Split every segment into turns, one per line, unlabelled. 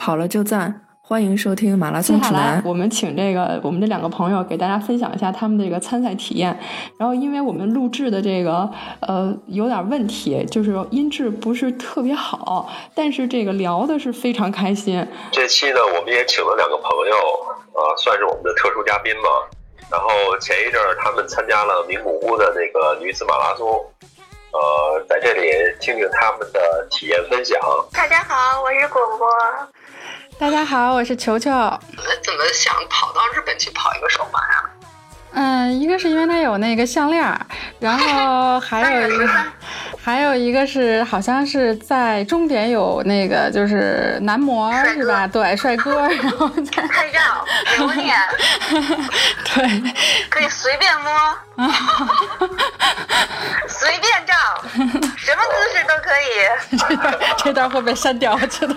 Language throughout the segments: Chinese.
跑了就赞，欢迎收听马拉松指
接下来
南。
我们请这个我们这两个朋友给大家分享一下他们的这个参赛体验。然后，因为我们录制的这个呃有点问题，就是音质不是特别好，但是这个聊的是非常开心。
这期呢，我们也请了两个朋友，呃，算是我们的特殊嘉宾吧。然后前一阵儿他们参加了名古屋的那个女子马拉松，呃，在这里听听他们的体验分享。
大家好，我是果果。
大家好，我是球球。
怎么想跑到日本去跑一个手环啊？
嗯，一个是因为它有那个项 链儿，然后还
哎
有一个，还有一个是好像是在终点有那个就是男模
帅
是吧？对，帅哥，然后在
拍照留念，
对
可以随便摸， 随便照，什么姿势都可以。
这段这段会被删掉，我觉得。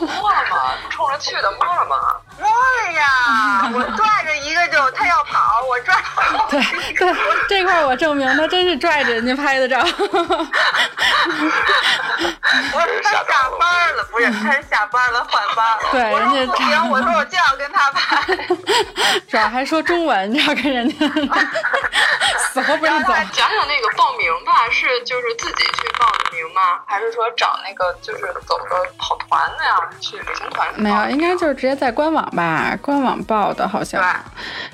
摸了吗？冲着去的摸了吗？摸了呀！我拽着一个就他要跑，我拽着
对对，这块儿我证明他真是拽着人家拍的照。
我说他下班了，不是他是下班了换班了。
对
我说
人家
不行，我说我就要跟他拍，
主要还说中文，你知道跟人 家死 活不让走。
讲讲那个报名吧，是就是自己去报的名吗？还是说找那个就是走个跑团的呀，去啊旅行团？
没有，应该就是直接在官网吧，官网报的好
对
啊
像。，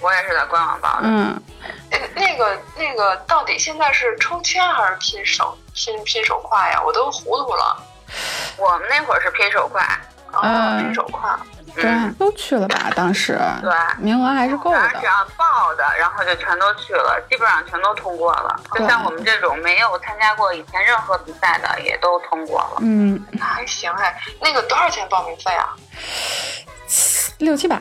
我也是在官网报的。
嗯，
呃那个那个到底现在是抽签还是拼手拼拼手快呀？我都糊涂 了。
我们那会儿是拼手快，
啊，
嗯
拼手快，嗯
对，都去了吧？当时
对，
名额还是够
主要
的
是。按报的，然后就全都去了，基本上全都通过了。就像我们这种没有参加过以前任何比赛的，也都通过了。
嗯，
那还行哎。那个多少钱报名费啊？
六七百，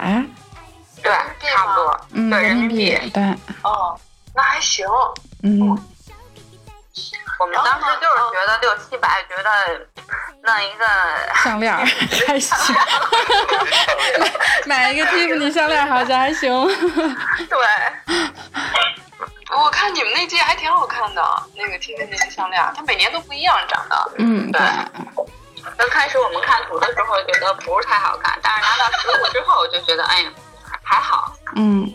对，差不多。
嗯，
对，人
人
民
民
币。
对，
哦，那还行。
嗯，
我们当时就是觉得六七百，觉得弄一个，
项链儿还行， 买一个 Tiffany 项链儿好像还行。
对，
我看你们那届还挺好看的，那个 T T 那个项链，它每年都不一样长的。
嗯，对，
刚开始我们看图的时候觉得不是太好看，但是拿到实物之后就觉得，哎呀，还好。
嗯，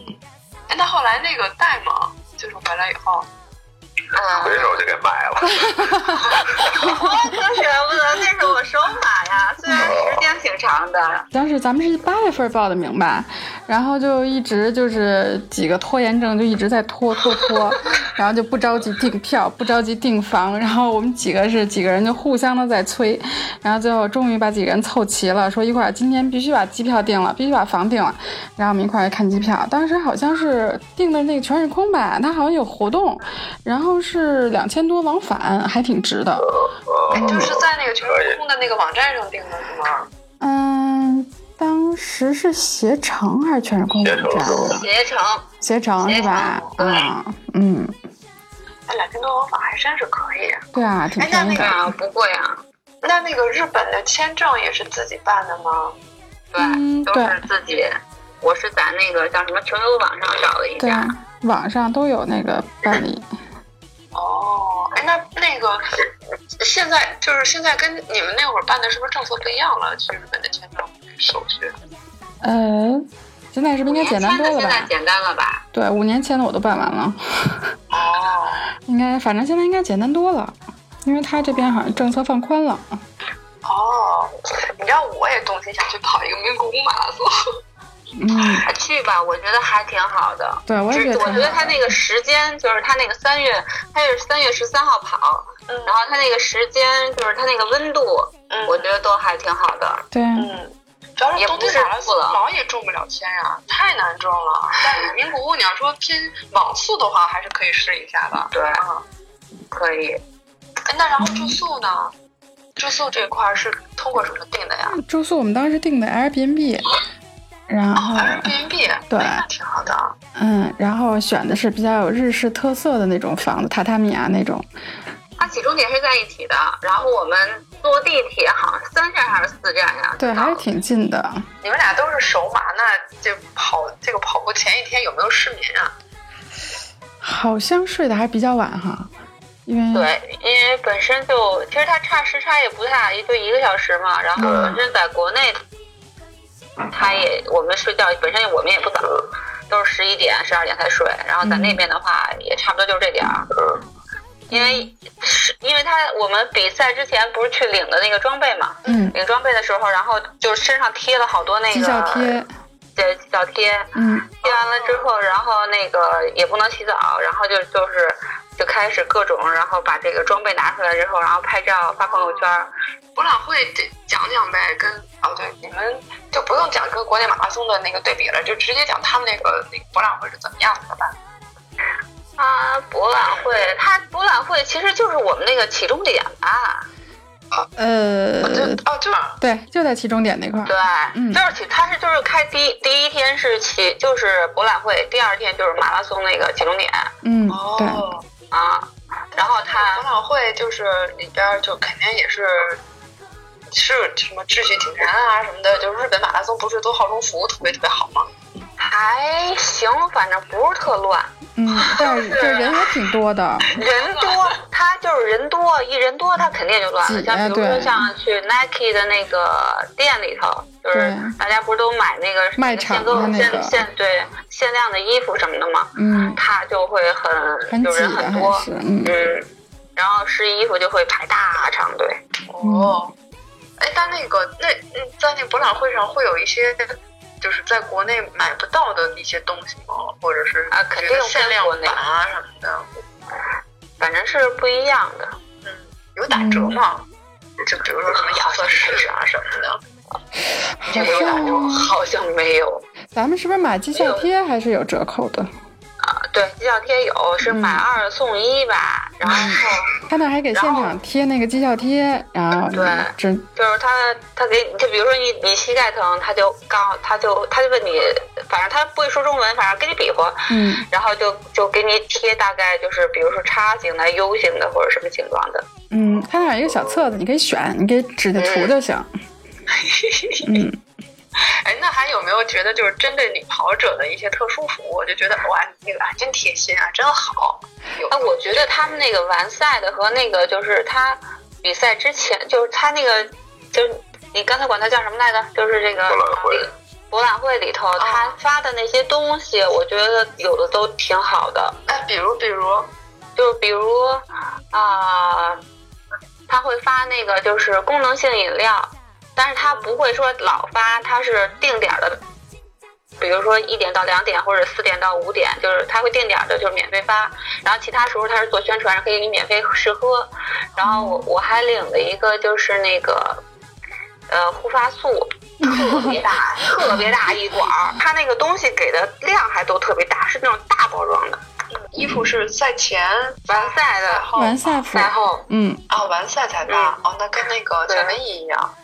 哎，那后来那个戴吗？就是回来以后，
回
嗯，
手就给买了，
我可舍不得，那是我首马呀，虽然时间挺长的。
当时咱们是八月份报的名吧，然后就一直就是几个拖延症，就一直在拖拖拖，然后就不着急订票，不着急订房，然后我们几个是几个人就互相的在催，然后最后终于把几个人凑齐了，说一块儿今天必须把机票定了，必须把房定了，然后我们一块儿去看机票。当时好像是订的那个全日空吧，它好像有活动，然后是两千多往返，还挺值的。
哎，
呃，
就是在那个全日空的那个网站上订的是吗？
嗯，当时是携程还是全日空网
携
站
程
啊？
携程，
携程是吧？啊，嗯，
哎，两千多往返还真是可以。
对啊，挺便宜
对
的。
啊，不贵啊。
那那个日本的签证也是自己办的吗？
嗯
对，都是自己。我是在那个叫什么求友网上找了一
对啊
下，，
网上都有那个办理。
哦，哎，那那个现在就是现在跟你们那会儿办的是不是政策不一样了？去日本的签证
手续
呃，现在是不是应该简单多
五哦
了
年前的现在
吧？
简单了吧？
对，五年前的我都办完了，
哦，
应该反正现在应该简单多了，因为他这边好像政策放宽了。
哦，你知道我也动心想去跑一个名古屋马拉松，
嗯，
啊去吧，我觉得还挺好的。
对，我也觉
只
得
我
挺
觉得
好
他
的。
那个时间，就是他那个三月，他是三月十三号跑，
嗯
然后他那个时间，就是他那个温度，
嗯
我觉得都还挺好的。
对，
嗯，主要是东京马拉松老也中不了签呀、太难中了。但是名古屋你要说拼网速的话，还是可以试一下的。
对
嗯，
可以，
哎那然后住宿呢？住宿这块儿是通过什么定的呀？
住宿我们当时订的 Airbnb，然后
哦
Airbnb，
对
那挺好的。啊
嗯，然后选的是比较有日式特色的那种房子，榻榻米啊那种。
它起终点是在一起的，然后我们坐地铁好像三站还是四站呀、
对，还是挺近的。
你们俩都是首马，那这跑这个跑步前一天有没有失眠啊？
好像睡得还比较晚哈，
因为
对，因为本身就其实它差时差也不大，也就一个小时嘛。然后本身在国内，它也我们睡觉本身我们也不早，都是十一点、十二点才睡。然后在
嗯
那边的话，也差不多就是这点儿。因为是因为他我们比赛之前不是去领的那个装备嘛，
嗯，
领装备的时候，然后就身上贴了好多那个
绩效贴，
对，洗澡贴，
嗯，
贴完了之后，然后那个也不能洗澡，然后就就是就开始各种，然后把这个装备拿出来之后，然后拍照发朋友圈儿。
博览会得讲讲呗，跟哦对，你们就不用讲跟国内马拉松的那个对比了，就直接讲他们那个那个博览会是怎么样的吧。
啊，博览会，它博览会其实就是我们那个起终点吧？
就
呃，
哦就
对，就在起终点那块
对
儿，，嗯
就是起，它是就是开第一第一天是起就是博览会，第二天就是马拉松那个起终点
嗯，对，
哦，
啊。然后它
博览会就是里边儿就肯定也是。是什么秩序井然啊什么的，就日本马拉松不是都号称服务特别特别好吗？
还行，反正不是特乱，
嗯，但是这人还挺多的，
人多，他就是人多，一人多他肯定就乱了。
挤
像比如
啊
说
对
像去 Nike 的那个店里头，就是
对
大家不是都买那个
卖场
限购
的那个
限限对限量的衣服什么的吗？
嗯，
他就会
很
很
挤
就人
的
很
还
多，
是，嗯，
嗯，然后试衣服就会排大长队。
哦，
嗯
哎，但那个那嗯在那博览会上会有一些，就是在国内买不到的一些东西吗？或者是
啊肯定
这个
会
限量
国内
版啊什么的，
反正是不一样的，
有打折
嗯
吗？就比如说什么亚瑟士啊什么的，
这个感觉好像没有。
咱们是不是买绩效贴还是有折扣的？
对，绩效贴有是买
嗯哎
二送一吧，然后
他那还给现场贴那个绩效贴，然后
对
这
就是他，他给你，就比如说你你膝盖疼，他就刚好他就他就问你，反正他不会说中文，反正跟你比划，
嗯
然后就就给你贴大概就是比如说叉形的、U 型的或者什么形状的。
嗯，他那有一个小册子，你可以选，你可以指着图就行。嗯，
哎，那还有没有觉得就是针对女跑者的一些特殊服务？我就觉得哇，你那个啊真贴心啊，真好。
哎，我觉得他们那个完赛的和那个就是他比赛之前，就是他那个就是你刚才管他叫什么来着？就是这个
博览会
那个博览会里头他发的那些东西，我觉得有的都挺好的。
哎，比如比如，
就比如啊、他会发那个就是功能性饮料，但是他不会说老发，他是定点儿的，比如说一点到两点或者四点到五点，就是他会定点儿的，就是免费发。然后其他时候他是做宣传，可以给你免费试喝。然后我我还领了一个就是那个呃护发素。特别大，特别大一管儿，它那个东西给的量还都特别大，是那种大包装的。
衣服是赛前
完赛的
后
完赛服，
然后
嗯，
啊，完赛才发、哦，那跟那个全文一样。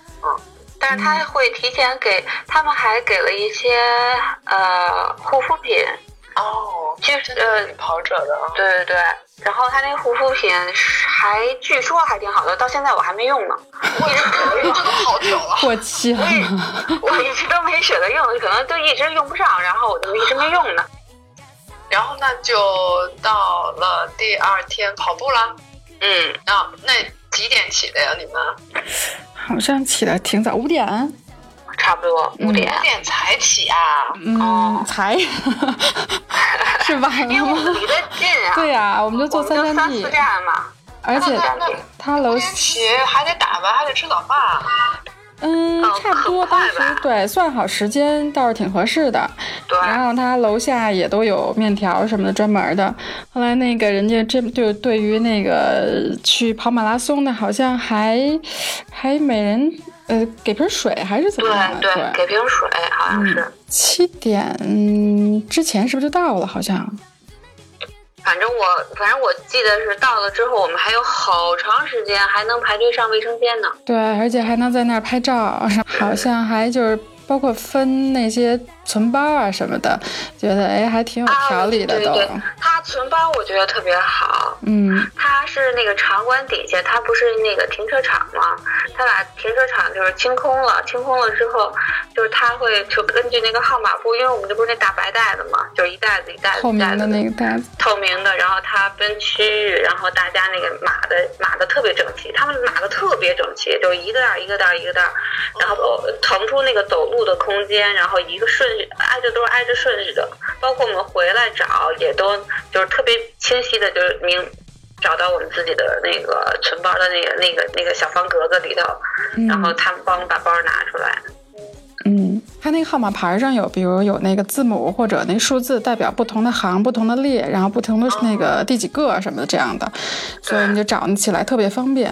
但是
嗯
他会提前给他们还给了一些呃护肤品，
哦，
其实呃
女跑者的啊。
对对对，然后他那护肤品是还据说还挺好的，到现在我还没用呢，
我 这个好久了。
过期了
我。也我一直都没舍得用，可能就一直用不上，然后我就一直没用呢。
然后那就到了第二天跑步了。
嗯，
啊，那几点起的呀？你们
好像起的挺早，五点，
差不多五点。
点才起啊？
嗯，才 是晚
哦因为
了
我们
吗？
离得近 啊，
对呀、我们就
我
坐
们就
三
三
站
四
地，
站嘛，
而且
那那
他
五
楼
点起还得打扮，还得吃早饭啊。
嗯
嗯
差不多，当
很快
时
吧
对算好时间倒是挺合适的。
对，
然后他楼下也都有面条什么的专门的。后来那个人家这就对于那个去跑马拉松的，好像还还每人呃给瓶水还是怎么样
对
的？
对，给瓶水好
嗯
像是，
七点嗯之前是不是就到了？好像
反正我反正我记得是到了之后，我们还有好长时间还能排队上卫生间呢。
对，而且还能在那儿拍照，好像还就是包括分那些
存包啊什么的，觉得哎还挺有条理的
啊、
都。
对对对，它存包我觉得特别好。
嗯
它是那个场馆底下，它不是那个停车场吗？它把停车场就是清空了，清空了之后，就是它会就根据那个号码布，因为我们这不是那大白袋子嘛，就是一袋子一袋子
透
一袋
明
子
的那个袋子，
透明的，然后它分区域，然后大家那个码的码的特别整齐，他们码的特别整齐，就是一个袋儿一个袋儿一个袋儿，然后腾出那个走路的空间，然后一个顺序挨着都是挨着顺序的，包括我们回来找也都就是特别清晰的，就是明找到我们自己的那个存包的那个那个那个小方格子里头，然后
嗯
他们帮我把包拿出来。
嗯，它那个号码牌上有，比如有那个字母或者那数字代表不同的行、不同的列，然后不同的那个第几个什么的这样的，所以你就找起来特别方便。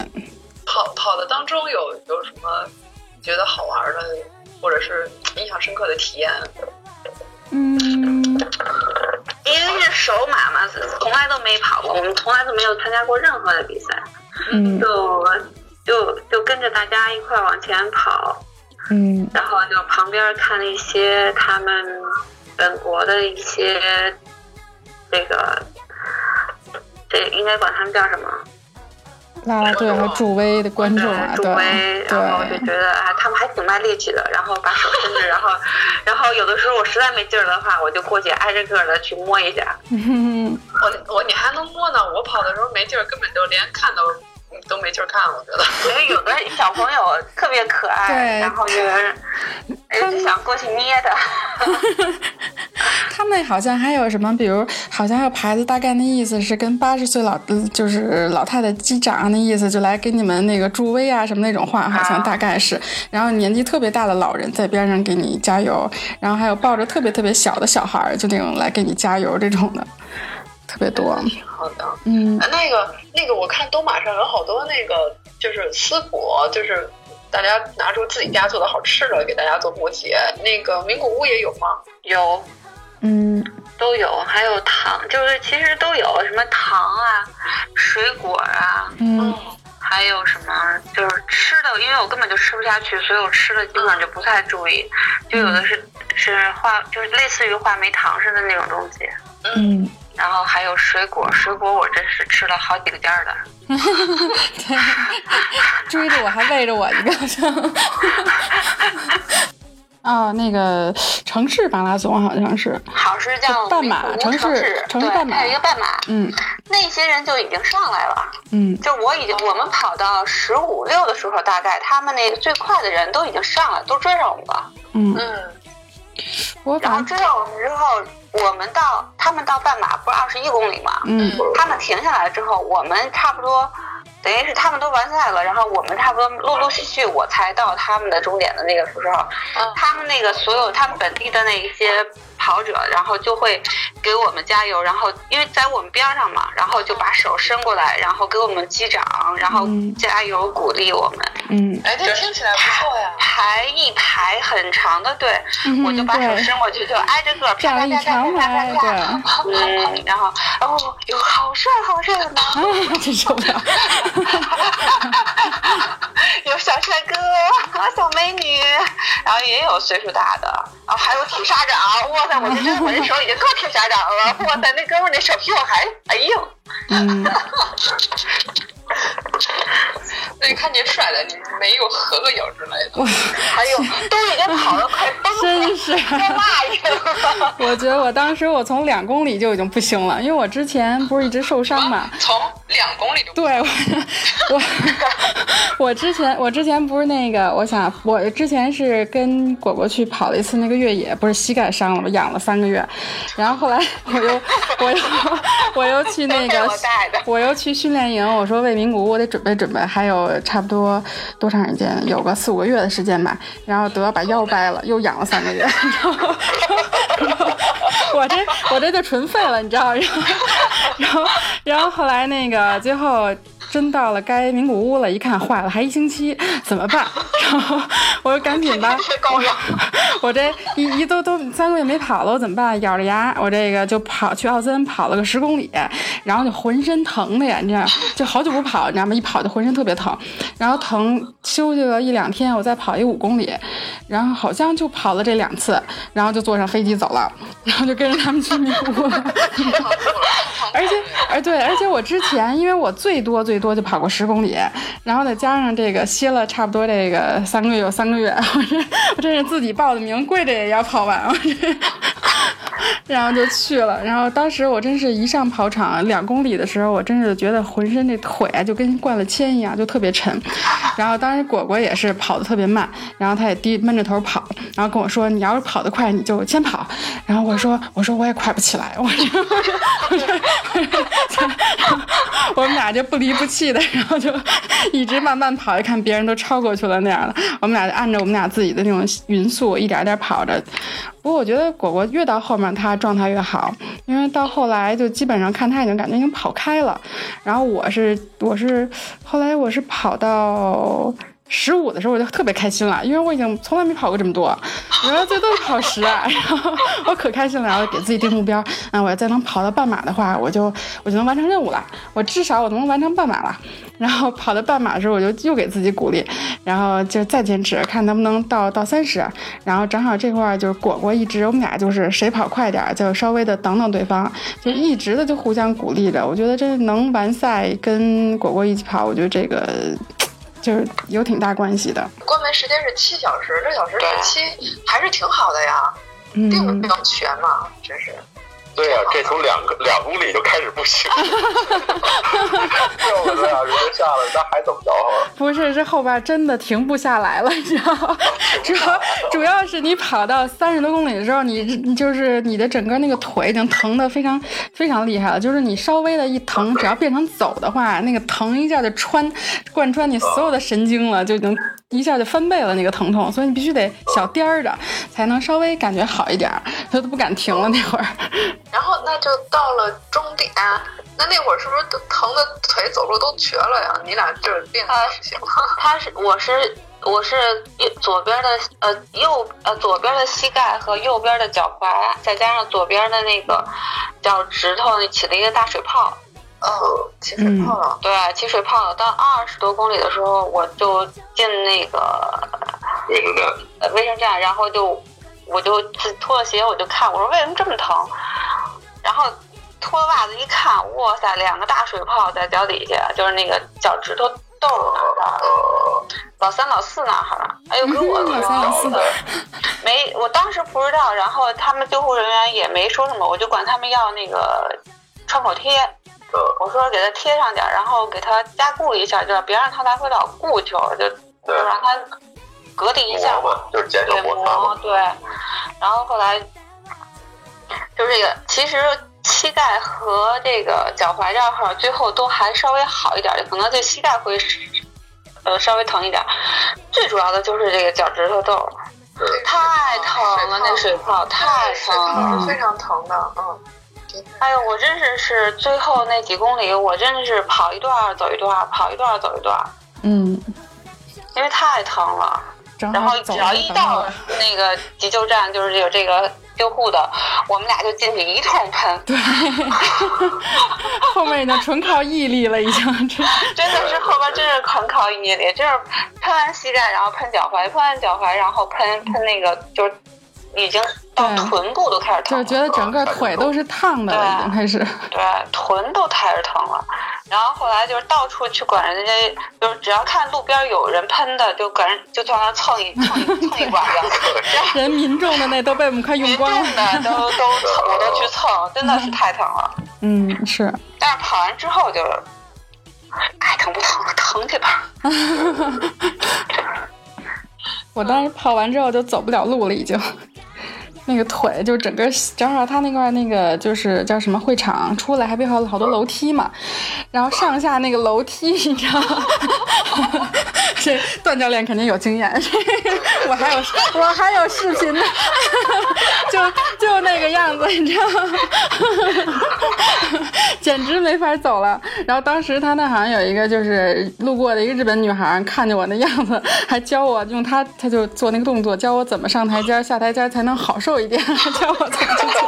跑跑的当中有有什么觉得好玩的，或者是印象深刻的体验？
嗯，
因为是手码嘛，从来都没跑过，我们从来都没有参加过任何的比赛。
嗯
就就就跟着大家一块儿往前跑，
嗯
然后就旁边看了一些他们本国的一些这个，这应该管他们叫什么？
啦啦队和助威的观众啊，
对，呃助威，
对
然后我就
对，
觉得啊，他们还挺卖力气的，然后把手伸着，然后 然后有的时候我实在没劲儿的话，我就过去挨着个儿的去摸一下。
我我你还能摸呢，我跑的时候没劲儿，根本就连看都都没劲儿看，我觉得。
因为有的小朋友特别可爱，
对
然后就是哎就想过去捏他。
他们好像还有什么，比如好像还有牌子，大概那意思是跟八十岁老呃就是老太太击掌那意思，就来给你们那个助威啊什么那种话，好像大概是。然后年纪特别大的老人在边上给你加油，然后还有抱着特别特别小的小孩儿，就那种来给你加油这种的，特别多。
挺好的。
嗯
那个那个，我看东马上有好多那个就是私补，就是大家拿出自己家做的好吃的给大家做补给。那个名古屋也有吗？
有
嗯
都有，还有糖，就是其实都有什么糖啊、水果啊，
嗯
还有什么就是吃的，因为我根本就吃不下去，所以我吃的基本上就不太注意，就有的
嗯
是是话就是类似于话梅糖似的那种东西，
嗯，
然后还有水果，水果我真是吃了好几个家儿的，
对，追着我还喂着我一个好像。哦，那个城市马拉松好像是，
好是叫
半马
名古屋
城市
市，
城市
对
半马
还有一个半马，
嗯
那些人就已经上来了。
嗯
就我已经，我们跑到十五六的时候，大概他们那个最快的人都已经上来，都追上我们了。
嗯，
嗯，
我
然后
反
追上我们之后，我们到他们到半马不是二十一公里嘛，
嗯
他们停下来之后，我们差不多等于是他们都完赛了，然后我们差不多陆陆续续我才到他们的终点的那个时候，
啊
他们那个所有他们本地的那一些跑者，然后就会给我们加油，然后因为在我们边上嘛，然后就把手伸过来，然后给我们击掌，然后
嗯
加油鼓励我们，
嗯
哎，这听起来不 错呀。
排一排很长的队，
嗯
我就把手
对
伸过去，就挨着个儿
这
啪
样
啪啪
一
啪
长
啪啪
排，
啪啪。
对，
嗯，然后，然后有好帅好帅的男，
真受不了。
有小帅哥，小美女，然后也有岁数大的，啊，还有铁砂掌，哇塞，我这真的我这手已经够铁砂掌 了，哇塞，那哥们儿那手比我还哎还硬，
嗯，
那你看你甩的，你没有合个影之类的。
还有哎都已经跑得快崩哎
真
溃，
是。
都骂一个，
我觉得我当时我从两公里就已经不行了，因为我之前不是一直受 伤嘛，
从两公里就
对我，我 我之前我之前不是那个，我想我之前是跟果果去跑了一次那个越野，不是膝盖伤了吗？养了三个月，然后后来我又我又我又去那个
都被我带的
我又去训练营，我说为名古屋我得准备准备，还有差不多多长时间？有个四五个月的时间吧。然后得把腰掰了，又养了三个月，然后然后我这我这就纯废了，你知道？然后然后然后后来那个最后。真到了该名古屋了，一看坏了，还一星期，怎么办？然后我就赶紧吧，
高冷，
我这一一都都三个月没跑了，我怎么办？咬着牙，我这个就跑去奥森跑了个十公里，然后就浑身疼的呀，你知道，就好久不跑，你知道吗？一跑就浑身特别疼，然后疼休息了一两天，我再跑一五公里，然后好像就跑了这两次，然后就坐上飞机走了，然后就跟着他们去名古屋了。而且，而对，而且我之前，因为我最多最多就跑过十公里，然后再加上这个歇了差不多这个三个月有三个月，我这我这是自己报的名，跪着也要跑完，我这。 然后就去了，然后当时我真是一上跑场两公里的时候，我真是觉得浑身这腿啊就跟灌了铅一样，就特别沉。然后当时果果也是跑得特别慢，然后他也低闷着头跑，然后跟我说：“你要是跑得快，你就先跑。”然后我说：“我说我也快不起来。”我说：“我说我说我们俩就不离不弃的，然后就一直慢慢跑，一看别人都超过去了那样的，我们俩就按照我们俩自己的那种匀速，一点点跑着。不过我觉得果果越到后面她状态越好，因为到后来就基本上看她已经感觉已经跑开了，然后我是我是后来我是跑到。十五的时候我就特别开心了，因为我已经从来没跑过这么多，然后最多跑十啊，然后我可开心了，然后给自己定目标，嗯，我要再能跑到半马的话，我就我就能完成任务了，我至少我能完成半马了。然后跑到半马的时候，我就又给自己鼓励，然后就再坚持，看能不能到到三十。啊然后正好这块儿就是果果一直我们俩就是谁跑快点儿就稍微的等等对方，就一直的就互相鼓励着。我觉得这能完赛跟果果一起跑，我觉得这个。就是有挺大关系的，
关门时间是七小时，六小时十七，还是挺好的呀，并
嗯
没，有全嘛，真是。
对呀、这从两个两公里就开始不行， 这我多小时就啊下来，那还怎么着啊？
不是，这后边真的停不下来了， 你知道吗？主要主要是你跑到三十多公里的时候，你你就是你的整个那个腿已经疼得非常非常厉害了，就是你稍微的一疼，只要变成走的话，那个疼一下就穿贯穿你所有的神经了，就已经一下就翻倍了那个疼痛，所以你必须得小颠儿着才能稍微感觉好一点儿， 他都不敢停了那会儿。
然后那就到了终点，那那会儿是不是都疼的腿走路都瘸了呀？你俩这练的不行，
呃他是我是我是右左边的呃右呃左边的膝盖和右边的脚踝，再加上左边的那个脚趾头那起了一个大水泡，
嗯，起水泡了。
对，起水泡了。到二十多公里的时候，我就进那个
卫生站，
呃卫生站，然后就我就自脱了鞋，我就看我说为什么这么疼，然后脱了袜子一看，哇塞，两个大水泡在脚底下，就是那个脚趾头豆儿那儿，老三老四那儿了，哎呦给我
嗯老三老四
疼的没，我当时不知道，然后他们救护人员也没说什么，我就管他们要那个创口贴。我说给他贴上点儿，然后给他加固一下，就是别让他来回老固球，就就
对，
让他隔离一下
磨
嘛。
嘛，就是减少
啊对
摩擦嘛。
对，然后后来就这个，其实膝盖和这个脚踝这儿最后都还稍微好一点，可能这膝盖会呃稍微疼一点，最主要的就是这个脚趾头痘，太疼了，那水泡太
水
疼了。
泡是非常疼的，嗯，
哎呦，我真是是最后那几公里，我真的是跑一段儿走一段儿，跑一段儿走一段儿，
嗯，
因为太疼了。
正
然
好
后
走
只
着
要一
等
到
会儿
那个急救站，就是有这个救护的，我们俩就进去一通喷，
后面已经纯靠毅力了，已 经这。
真的是后边真是很考毅力，就是喷完膝盖，然后喷脚踝，喷完脚踝，然后喷喷那个就是已经到
对
臀部都开始疼
就是
了，
觉得整个腿都是烫的了，已经开始。
对，臀都开始疼了。然后后来就是到处去管人家，就是只要看路边有人喷的，就管人就从那蹭一蹭一蹭一管子。
人民众的那都被我们快用
民
光
众的
了。
都都蹭，我都去蹭，真的是太疼了。
嗯，是，
但是跑完之后就是，爱疼不疼，疼去吧。
我当时跑完之后就走不了路了，已经。那个腿就整个，正好他那块那个就是叫什么会场出来，还不有好好多楼梯嘛，然后上下那个楼梯，你知道吗？这段教练肯定有经验， 这我还有我还有视频呢，就就那个样子，你知道吗？ 简直没法走了。然后当时他那好像有一个就是路过的一个日本女孩，看见我那样子，还教我用她，她就做那个动作，教我怎么上台阶儿、下台阶儿才能好受一点， 还教我怎么去做。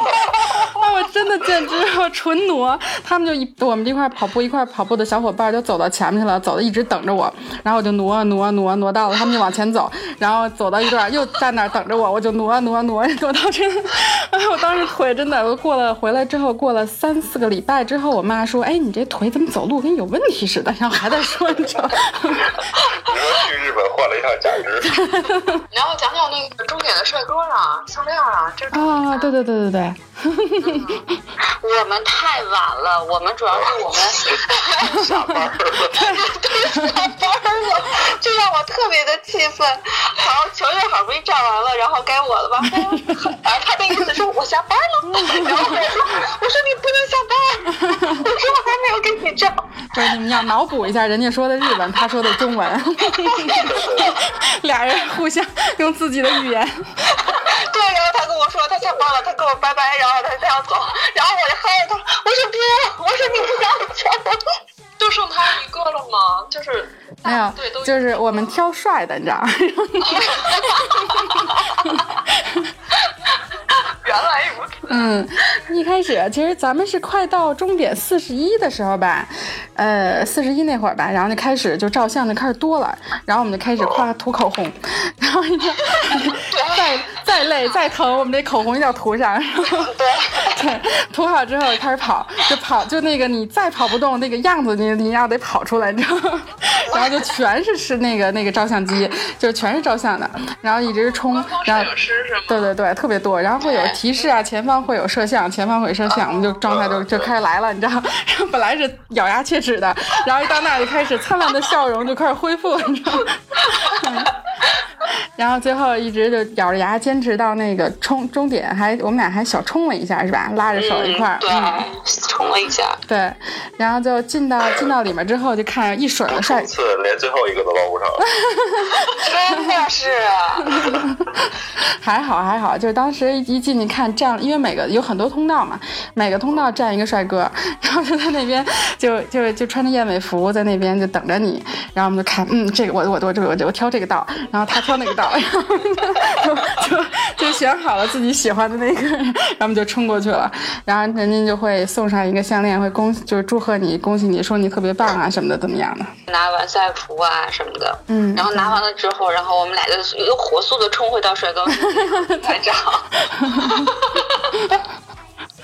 啊，我真的简直我纯挪，他们就一我们一块儿跑步一块儿跑步的小伙伴就走到前面去了，走的一直等着我，然后我就挪啊挪啊挪啊挪到了，他们就往前走，然后走到一段又站那儿等着我，我就挪啊挪啊挪啊挪到这， 哎，我当时腿真的我过了回来之后过了三四个礼拜之后，我妈说，哎，你这腿怎么走路跟有问题似的，然后还在说你知 道吗。
你说去日本换了一趟假肢，
然后讲讲那个终点的帅哥啊、项链啊，这种
啊，对对对对对，
我们太晚了，我们主要是我们
下班儿了。
班儿了，
这让我特别的气愤。好，球队好不容易站完了，然后该我了 吧？哎，他的意思说我下班了，然后我说我说你不能下班，我说我还没有给你照。
就是你们要脑补一下，人家说的日文，他说的中文，俩人互相用自己的语
对，
言。
然后他跟我说他下班了，他跟我拜拜，然后他他要走，然后我就嗨他，我说不，我说你不要走，就剩他一个了吗？就是
没有
哎对，都，
啊就是我们挑帅的，你知道吗？
原来如此。
嗯，一开始其实咱们是快到终点四十一的时候吧，呃，四十一那会儿吧，然后就开始就照相就开始多了，然后我们就开始夸涂口红， 然后你看再再累再疼，我们这口红一定要涂上，然后 对，涂好之后开始跑，就跑就那个你再跑不动那个样子你，你要得跑出来，你知道吗？ 然后就全是是那个那个照相机，就是全是照相的，然后一直冲，然后
摄影师是吗？
对对对，特别多，然后会有提示啊，前方会有摄像，前方会有摄像，我们就状态就就开始来了，你知道，然后本来是咬牙切齿的，然后一到那儿就开始灿烂的笑容就开始恢复，你知道，嗯然后最后一直就咬着牙坚持到那个冲终点，还我们俩还小冲了一下是吧？拉着手一块儿，嗯
对，冲啊了一下，
对，然后就进到进到里面之后就看一水儿的帅
这，次连最后一个都捞不上，
真的是，啊
还好还好，就是当时一进去看站，因为每个有很多通道嘛，每个通道站一个帅哥， 然后就在那边就就就穿着燕尾服在那边就等着你，然后我们就看，嗯，这个我我我这个我我挑这个道，然后他挑那个道，然后就就就选好了自己喜欢的那个，然后我们就冲过去了，然后人家就会送上一个项链，会恭就是祝贺你，恭喜你说你特别棒啊什么的，怎么样的，
拿完赛服啊什么的，
嗯，
然后拿完了之后，然后我们俩就又火速的冲回到帅哥 拍照。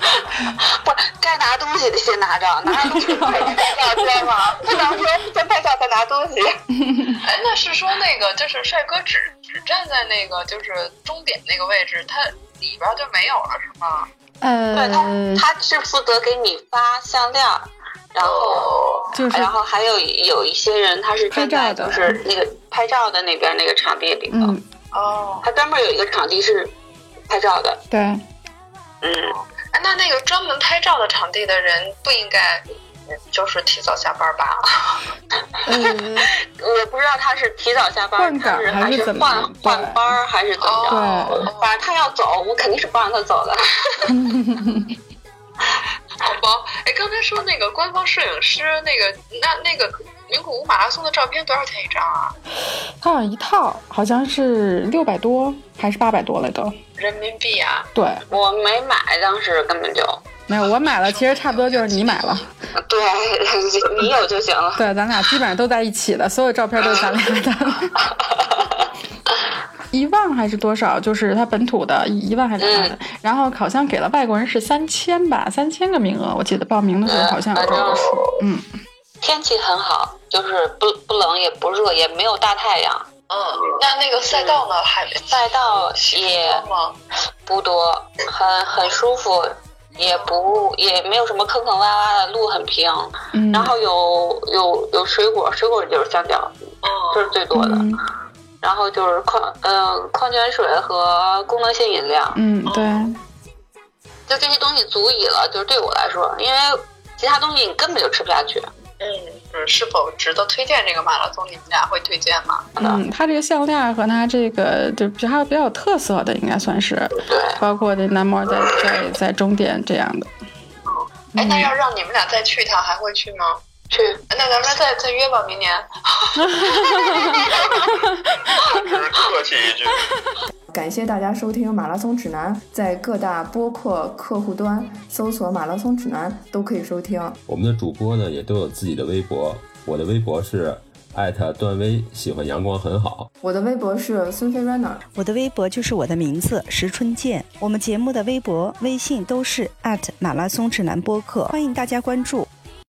不是该拿东西的先拿着，拿着东 西拍照知道吗？不能说先拍照再拿东西。
嗯
哎，那是说那个就是帅哥只只站在那个就是终点那个位置，他里边就没有了是吗？
对
呃，
他，他是负责给你发项链儿，然后
哦就是
然后还有有一些人他是站在
拍照的
就是那个拍照的那边那个场地里头，
嗯，
哦，
他专门有一个场地是拍照的，
对。
嗯，
哎那那个专门拍照的场地的人不应该就是提早下班吧？
呃，
我不知道他是提早下班
换岗
他是
还
还
是
是
怎么
换换班儿还是怎么着，
对，
反正他要走，我肯定是不让他走的。
好吧，哎，刚才说那个官方摄影师那个那那个名古屋马拉松的照片多少钱一张啊？
它好像一套好像是六百多还是八百多来着？
人民币啊？
对，
我没买，当时根本就
没有我买了，其实差不多就是你买了。
对你有就行了。
对，咱俩基本上都在一起的，所有照片都是咱俩的。一万还是多少？就是它本土的一一万还是多少的？然后好像给了外国人是三千吧，三千个名额。我记得报名的时候好像有这个数。嗯，
天气很好，就是不不冷也不热，也没有大太阳，
嗯，那那个赛道呢？还
赛道
多
也
吗？
不多，很很舒服，也不也没有什么坑坑洼洼的，路很平，
嗯
然后有有有水果，水果就是香蕉，这
嗯，
是最多的。
嗯
然后就是矿呃矿泉水和功能性饮料，
嗯，对，
就这些东西足以了，就是对我来说，因为其他东西你根本就吃不下去。
嗯，就是是否值得推荐这个马拉松？你们俩会推荐吗？
嗯，它这个项链和它这个就比还有比较有特色的，应该算是包括这南模在在在终点这样的。
哎，那要让你们俩再去一趟，还会去吗？去。那咱们再再约吧，明年。
就是客气一句，
感谢大家收听《马拉松指南》，在各大播客客户端搜索“马拉松指南”都可以收听。
我们的主播呢也都有自己的微博，我的微博是艾特段威，喜欢阳光很好。
我的微博是孙飞 runner，
我的微博就是我的名字石春健，我们节目的微博、微信都是马拉松指南播客，欢迎大家关注。